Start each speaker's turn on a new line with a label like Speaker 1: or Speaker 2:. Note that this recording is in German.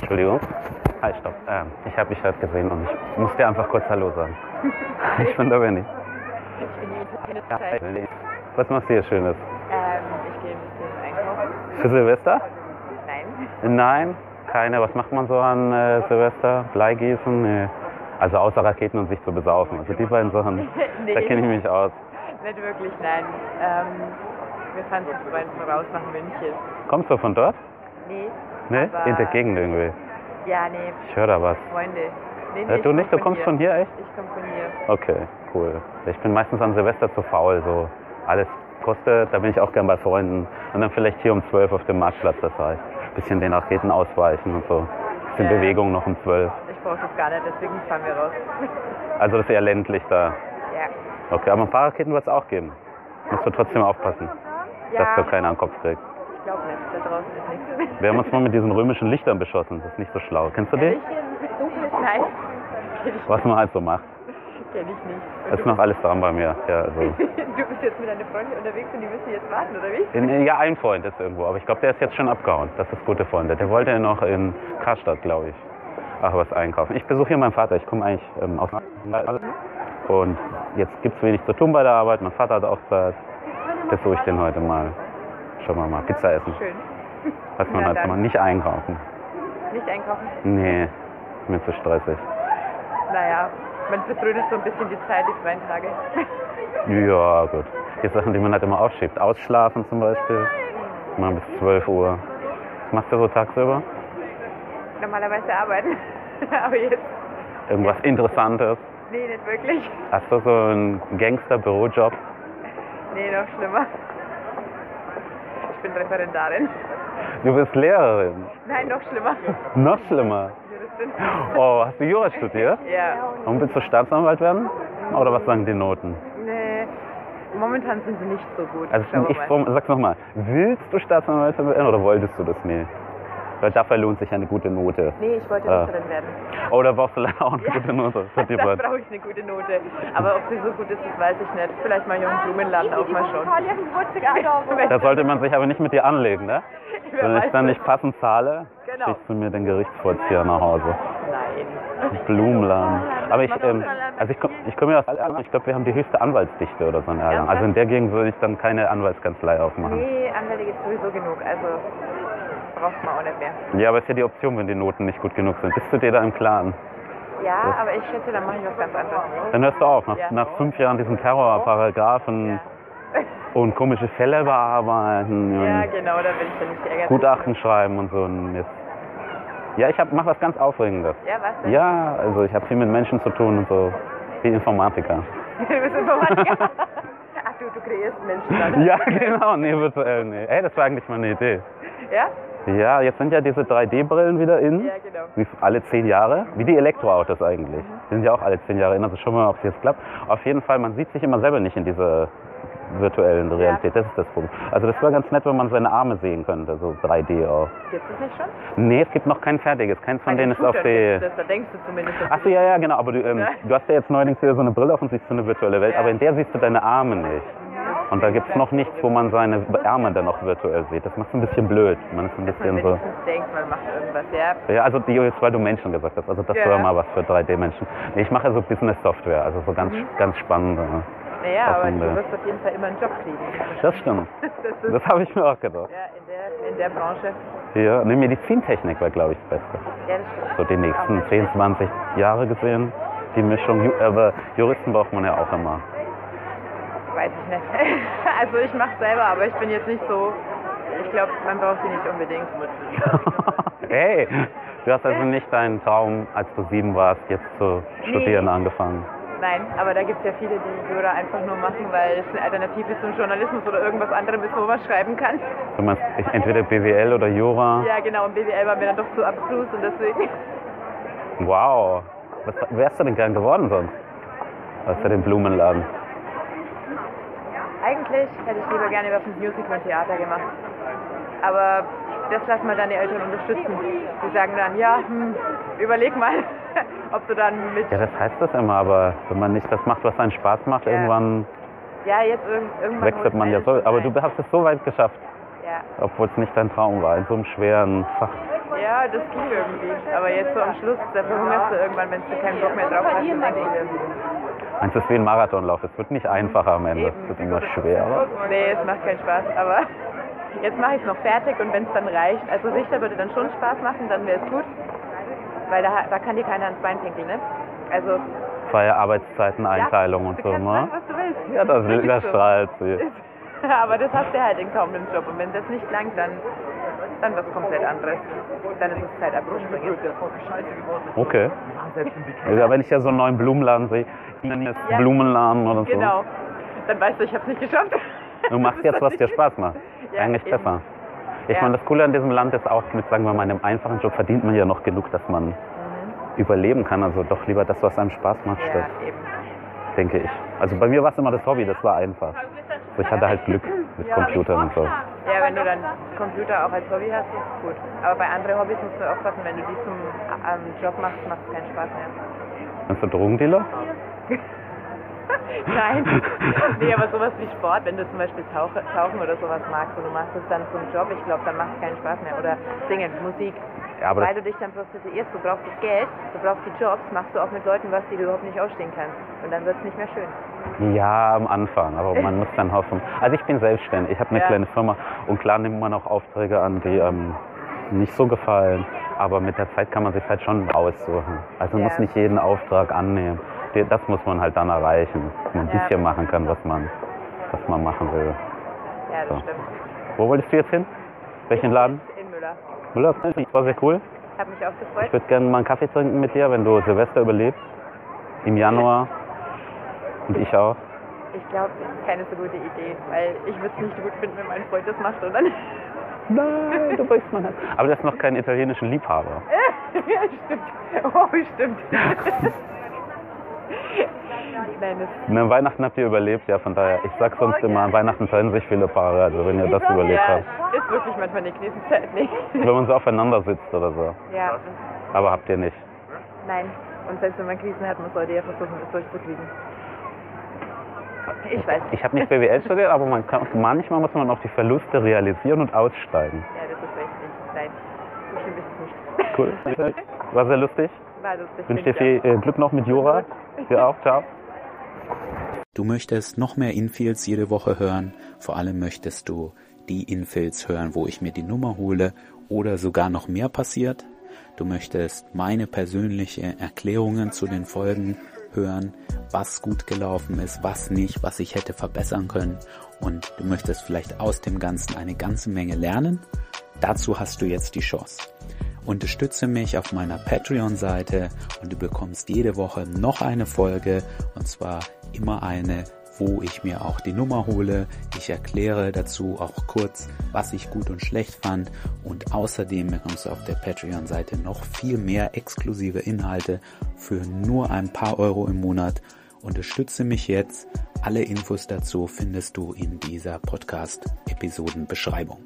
Speaker 1: Entschuldigung. Halt, stopp. Ähm, ich habe mich gerade gesehen und ich muss dir einfach kurz Hallo sagen. ich bin aber nicht.
Speaker 2: Ich bin die Polizei.
Speaker 1: Ja, ich bin nicht. Was machst du hier Schönes?
Speaker 2: Ähm, ich gehe ein bisschen einkaufen.
Speaker 1: Für Silvester?
Speaker 2: Nein.
Speaker 1: Nein, keine. Was macht man so an äh, Silvester? Bleigießen? Nee. Also außer Raketen und sich zu besaufen. Also die beiden Sachen,
Speaker 2: Nee.
Speaker 1: da kenne ich mich aus.
Speaker 2: Nicht wirklich, nein. Ähm, wir fahren zu Freunden raus nach München.
Speaker 1: Kommst du von dort?
Speaker 2: Nee.
Speaker 1: Ne?
Speaker 2: aber-
Speaker 1: In der Gegend irgendwie.
Speaker 2: Ja, nee,
Speaker 1: Ich höre da was.
Speaker 2: Freunde. Nee,
Speaker 1: Äh,
Speaker 2: ich
Speaker 1: du
Speaker 2: komm
Speaker 1: nicht? Du kommst von hier, echt?
Speaker 2: Ich komme von hier.
Speaker 1: Okay, cool. Ich bin meistens an Silvester zu faul, so alles kostet, da bin ich auch gern bei Freunden. Und dann vielleicht hier um 12 auf dem Marktplatz, das heißt. Bisschen den Raketen ausweichen und so. Bisschen
Speaker 2: Ja.
Speaker 1: Bewegung noch um 12.
Speaker 2: Ich brauche das gar nicht, deswegen fahren wir raus.
Speaker 1: Also das ist eher ländlich da.
Speaker 2: Ja.
Speaker 1: Okay, aber ein paar Raketen wird es auch geben. Musst du trotzdem aufpassen, dass du
Speaker 2: Ja,
Speaker 1: keiner an den Kopf kriegst.
Speaker 2: ich glaube nicht. Da draußen ist nichts.
Speaker 1: Wir haben uns mal mit diesen römischen Lichtern beschossen, das ist nicht so schlau. Kennst du die?
Speaker 2: Ehrlich? Dunkles Nein. Kenn ich,
Speaker 1: Was man halt so macht.
Speaker 2: kenn ich nicht. Und
Speaker 1: Da ist noch alles dran bei mir. Ja, also.
Speaker 2: du, du bist jetzt mit deiner Freundin unterwegs und die müssen jetzt warten, oder wie?
Speaker 1: In, in, ja, ein Freund ist irgendwo, aber ich glaube, der ist jetzt schon abgehauen. Das ist gute Freunde. Der wollte ja noch in Karstadt, glaube ich. Ach, was einkaufen. Ich besuche hier meinen Vater. Ich komme eigentlich ähm, aus Und jetzt gibt es wenig zu tun bei der Arbeit. Mein Vater hat auch Zeit. Besuche ich den heute mal. Schauen wir mal. Pizza essen.
Speaker 2: Schön.
Speaker 1: Was man
Speaker 2: Na
Speaker 1: halt so
Speaker 2: dann.
Speaker 1: macht. Nicht einkaufen.
Speaker 2: Nicht einkaufen.
Speaker 1: Nee, ist mir zu stressig.
Speaker 2: Naja, man vertrödelt so ein bisschen die Zeit, die freien Tage.
Speaker 1: Ja, gut. Die Sachen, die man halt immer aufschiebt. Ausschlafen zum Beispiel. Mal bis 12 Uhr. Was machst du so tagsüber?
Speaker 2: Normalerweise arbeiten. Aber jetzt,
Speaker 1: Irgendwas Interessantes?
Speaker 2: nee, nicht wirklich.
Speaker 1: Hast du so einen Gangster-Bürojob?
Speaker 2: Nee, noch schlimmer. Ich bin Referendarin.
Speaker 1: Du bist Lehrerin.
Speaker 2: Nein, noch schlimmer.
Speaker 1: Noch schlimmer.
Speaker 2: Juristin.
Speaker 1: Oh, hast du Jura studiert?
Speaker 2: Ja.
Speaker 1: Und willst du Staatsanwalt werden? Oder was sagen die Noten?
Speaker 2: Nee, momentan sind sie nicht so gut.
Speaker 1: Also
Speaker 2: Schauen wir
Speaker 1: ich
Speaker 2: mal.
Speaker 1: form- sag's nochmal. Willst du Staatsanwalt werden oder wolltest du das nie? Weil dafür lohnt sich eine gute Note.
Speaker 2: Nee, ich wollte
Speaker 1: Ah.
Speaker 2: Richterin werden.
Speaker 1: Oh, da brauchst du leider auch eine gute Note. Das hat die
Speaker 2: Da
Speaker 1: Bart.
Speaker 2: brauche ich eine gute Note. Aber ob sie so gut ist, das weiß ich nicht. Vielleicht mal hier einen Blumenladen auf, mal schauen.
Speaker 1: Da sollte man sich aber nicht mit dir anlegen, ne?
Speaker 2: Wer
Speaker 1: Wenn ich
Speaker 2: weiß
Speaker 1: dann
Speaker 2: das?
Speaker 1: nicht passend zahle,
Speaker 2: Genau.
Speaker 1: kriegst du mir den Gerichtsvollzieher nach Hause.
Speaker 2: Nein.
Speaker 1: Blumenladen. Aber ich, ähm, also ich, komm- ich komme ja aus Erlangen. Ich glaube, wir haben die höchste Anwaltsdichte oder so in Erlangen. Also in der Gegend würde ich dann keine Anwaltskanzlei aufmachen.
Speaker 2: Nee, Anwälte gibt es sowieso genug. Also braucht man auch nicht mehr.
Speaker 1: Ja, aber ist ja die Option, wenn die Noten nicht gut genug sind. Bist du dir da im Klaren?
Speaker 2: Ja, aber ich schätze, dann mache ich was ganz anderes.
Speaker 1: Dann hörst du auf. Nach,
Speaker 2: Ja.
Speaker 1: nach fünf Jahren diesen Terrorparagraphen
Speaker 2: Ja.
Speaker 1: und komische Fälle bearbeiten und
Speaker 2: ja, genau, da bin ich ja nicht ärgerlich.
Speaker 1: Gutachten schreiben und so ein Mist. Ja, ich hab, mach was ganz Aufregendes.
Speaker 2: Ja, was denn?
Speaker 1: Ja, also ich habe viel mit Menschen zu tun und so. Wie Informatiker.
Speaker 2: Du bist Informatiker. Ach du, du kreierst Menschen dann.
Speaker 1: Ja, genau. Nee, virtuell. Nee. Ey, das war eigentlich meine Idee.
Speaker 2: Ja?
Speaker 1: Ja, jetzt sind ja diese 3D-Brillen wieder in.
Speaker 2: Ja, genau.
Speaker 1: Wie f- alle zehn Jahre. Wie die Elektroautos eigentlich.
Speaker 2: Mhm.
Speaker 1: Die sind ja auch alle zehn Jahre in. Also schauen wir mal, ob es jetzt klappt. Auf jeden Fall, man sieht sich immer selber nicht in dieser virtuellen Realität. Das ist das Problem. Also das wäre ganz nett, wenn man seine Arme sehen könnte. So 3D auch.
Speaker 2: Gibt es nicht schon? Also
Speaker 1: Nee, es gibt noch kein fertiges. Keins von denen ist auf die...
Speaker 2: Das, da denkst du zumindest. dass
Speaker 1: Achso, ja, ja, genau. Aber du, ähm,
Speaker 2: Ja.
Speaker 1: du hast ja jetzt neuerdings wieder so eine Brille auf und siehst so eine virtuelle Welt.
Speaker 2: Ja.
Speaker 1: Aber in der siehst du deine Arme nicht. Und da gibt es noch nichts, wo man seine Arme dann auch virtuell sieht. Das macht es ein bisschen blöd. Man ist ein
Speaker 2: Man
Speaker 1: bisschen so...
Speaker 2: wenigstens denkt, man macht irgendwas. Ja,
Speaker 1: Ja, also die, jetzt, weil du Menschen gesagt hast, also das
Speaker 2: Ja.
Speaker 1: wäre mal was für 3D-Menschen. Nee, ich mache so Business-Software, also so ganz,
Speaker 2: Mhm.
Speaker 1: ganz spannend.
Speaker 2: naja, aber
Speaker 1: Hoffen wir.
Speaker 2: du wirst auf jeden Fall immer einen Job kriegen.
Speaker 1: Das stimmt,
Speaker 2: Das ist
Speaker 1: das habe ich mir auch gedacht.
Speaker 2: ja, in, der, in der Branche.
Speaker 1: Ja, ne, Medizintechnik war, glaube ich, das Beste.
Speaker 2: Ja, das stimmt.
Speaker 1: So die nächsten 10, 20 Jahre gesehen, die Mischung. Ju- Aber Juristen braucht man ja auch immer.
Speaker 2: Weiß ich nicht. Also ich mache selber, aber ich bin jetzt nicht so. Ich glaube, man braucht sie nicht unbedingt.
Speaker 1: hey, du hast also nicht deinen Traum, als du sieben warst, jetzt zu studieren
Speaker 2: Nee.
Speaker 1: angefangen.
Speaker 2: Nein, aber da gibt es ja viele, die Jura einfach nur machen, weil es eine Alternative zum Journalismus oder irgendwas anderem ist, wo man schreiben kann.
Speaker 1: Du meinst ich- entweder BWL oder Jura.
Speaker 2: Ja, genau, und BWL war mir dann doch zu abstrus und deswegen.
Speaker 1: Wow. Was wärst du denn gern geworden sonst? Außer dem Blumenladen.
Speaker 2: Eigentlich hätte ich lieber gerne was mit Musical und Theater gemacht. Aber das lassen wir dann die Eltern unterstützen. Die sagen dann, ja, hm, überleg mal, ob du dann mit.
Speaker 1: Ja, das heißt das immer, aber wenn man nicht das macht, was einen Spaß macht,
Speaker 2: Ja.
Speaker 1: irgendwann
Speaker 2: Ja, jetzt irg irgendwann.
Speaker 1: wechselt
Speaker 2: holt
Speaker 1: man ja
Speaker 2: einen
Speaker 1: so.
Speaker 2: schon
Speaker 1: Aber
Speaker 2: ein.
Speaker 1: du hast es so weit geschafft,
Speaker 2: Ja.
Speaker 1: obwohl es nicht dein Traum war, in so einem schweren Fach.
Speaker 2: ja, ja, das ging irgendwie. Aber jetzt so am Schluss, da verhungerst du irgendwann, wenn du keinen Bock mehr drauf hast, dann denkst du
Speaker 1: Meinst du, es ist wie ein Marathonlauf? Es wird nicht einfacher am
Speaker 2: dir,
Speaker 1: Ende. Es wird immer schwerer.
Speaker 2: Nee, es macht keinen Spaß, aber jetzt mache ich es noch fertig und wenn es dann reicht, also sicher würde dann schon Spaß machen, dann wäre es gut. Weil da, da kann dir keiner ans Bein pinkeln, ne? Also,
Speaker 1: Freie Arbeitszeiteneinteilung
Speaker 2: ja,
Speaker 1: und
Speaker 2: du
Speaker 1: so,
Speaker 2: kannst machen,
Speaker 1: ne?
Speaker 2: was du willst.
Speaker 1: Ja, das,
Speaker 2: Wirklich
Speaker 1: das
Speaker 2: so.
Speaker 1: strahlt sie.
Speaker 2: Ist- Aber das hast du halt in kaum einem Job. Und wenn das nicht langt, dann, dann was komplett anderes. Dann ist es Zeit abzuspringen.
Speaker 1: Okay. Ja, wenn ich ja so einen neuen Blumenladen sehe, die nennen jetzt
Speaker 2: Ja.
Speaker 1: Blumenladen oder so.
Speaker 2: Genau. Dann weißt du, ich hab's nicht geschafft.
Speaker 1: Du machst jetzt, was dir Spaß macht.
Speaker 2: Ja,
Speaker 1: Eigentlich
Speaker 2: eben.
Speaker 1: besser. Ich
Speaker 2: Ja.
Speaker 1: meine, das Coole an diesem Land ist auch, mit, sagen wir mal, einem einfachen Job verdient man ja noch genug, dass man
Speaker 2: Mhm.
Speaker 1: überleben kann. Also doch lieber das, was einem Spaß macht,
Speaker 2: Ja,
Speaker 1: statt,
Speaker 2: eben.
Speaker 1: denke ich. Also bei mir war es immer das Hobby, das war einfach. So, ich hatte halt Glück mit Computern und so.
Speaker 2: Ja, wenn du dann Computer auch als Hobby hast, ist es gut. Aber bei anderen Hobbys musst du aufpassen, wenn du die zum ähm, Job machst, macht es keinen Spaß mehr.
Speaker 1: Kannst du Drogendealer?
Speaker 2: Nein. nee, aber sowas wie Sport, wenn du zum Beispiel Tauche, Tauchen oder sowas magst und du machst es dann zum Job, ich glaube, dann macht es keinen Spaß mehr. Oder Singen, Musik,
Speaker 1: Ja, aber
Speaker 2: Weil
Speaker 1: das,
Speaker 2: du dich dann prostituierst, du brauchst das Geld, du brauchst die Jobs, machst du auch mit Leuten was, die du überhaupt nicht ausstehen kannst. Und dann wird es nicht mehr schön.
Speaker 1: ja, am Anfang, aber man muss dann hoffen. Also ich bin selbstständig, ich habe eine
Speaker 2: Ja.
Speaker 1: kleine Firma und klar nimmt man auch Aufträge an, die ähm, nicht so gefallen. Aber mit der Zeit kann man sich halt schon aussuchen. Also
Speaker 2: Ja.
Speaker 1: muss nicht jeden Auftrag annehmen. Die- Das muss man halt dann erreichen, dass man ein
Speaker 2: Ja.
Speaker 1: bisschen machen kann, was man, was man machen will.
Speaker 2: Ja, das
Speaker 1: So.
Speaker 2: stimmt.
Speaker 1: Wo wolltest du jetzt hin? Welchen Laden?
Speaker 2: In Müller.
Speaker 1: Müller, das war sehr cool.
Speaker 2: Hat mich auch gefreut.
Speaker 1: Ich würde gerne mal einen Kaffee trinken mit dir, wenn du Silvester überlebst. Im Januar. Und ich auch.
Speaker 2: Ich glaube, das ist keine so gute Idee, weil ich würde es nicht gut finden, wenn mein Freund das macht, oder?
Speaker 1: Nein, du brichst mein Herz. Aber das ist noch keinen italienischen Liebhaber.
Speaker 2: ja, stimmt. Oh, stimmt. Nein, das
Speaker 1: Ne, Weihnachten habt ihr überlebt, Oh, ja, von daher. Ich sag sonst immer, an Weihnachten trennen sich viele Paare, also wenn ihr das überlebt
Speaker 2: ja,
Speaker 1: habt.
Speaker 2: ist wirklich manchmal eine Krisenzeit, nicht?
Speaker 1: Wenn man so aufeinander sitzt oder so.
Speaker 2: ja,
Speaker 1: Aber habt ihr nicht.
Speaker 2: nein. Und selbst wenn man Krisen hat, man sollte ja versuchen, es durchzukriegen. Ich weiß.
Speaker 1: Ich habe nicht BWL studiert, aber man kann, manchmal muss man auch die Verluste realisieren und aussteigen.
Speaker 2: Ja, das ist richtig. Nein, so schlimm ist es nicht.
Speaker 1: Cool. War sehr lustig.
Speaker 2: War lustig.
Speaker 1: Wünsche dir viel äh, Glück noch mit Jura. Dir auch, ciao.
Speaker 3: Du möchtest noch mehr Infills jede Woche hören. Vor allem möchtest du die Infills hören, wo ich mir die Nummer hole oder sogar noch mehr passiert. Du möchtest meine persönliche Erklärungen zu den Folgen hören, was gut gelaufen ist, was nicht, was ich hätte verbessern können. Und du möchtest vielleicht aus dem Ganzen eine ganze Menge lernen. Dazu hast du jetzt die Chance. Unterstütze mich auf meiner Patreon-Seite und du bekommst jede Woche noch eine Folge und zwar immer eine, wo ich mir auch die Nummer hole. Ich erkläre dazu auch kurz, was ich gut und schlecht fand und außerdem bekommst du auf der Patreon-Seite noch viel mehr exklusive Inhalte für nur ein paar Euro im Monat. Unterstütze mich jetzt. Alle Infos dazu findest du in dieser Podcast-Episodenbeschreibung.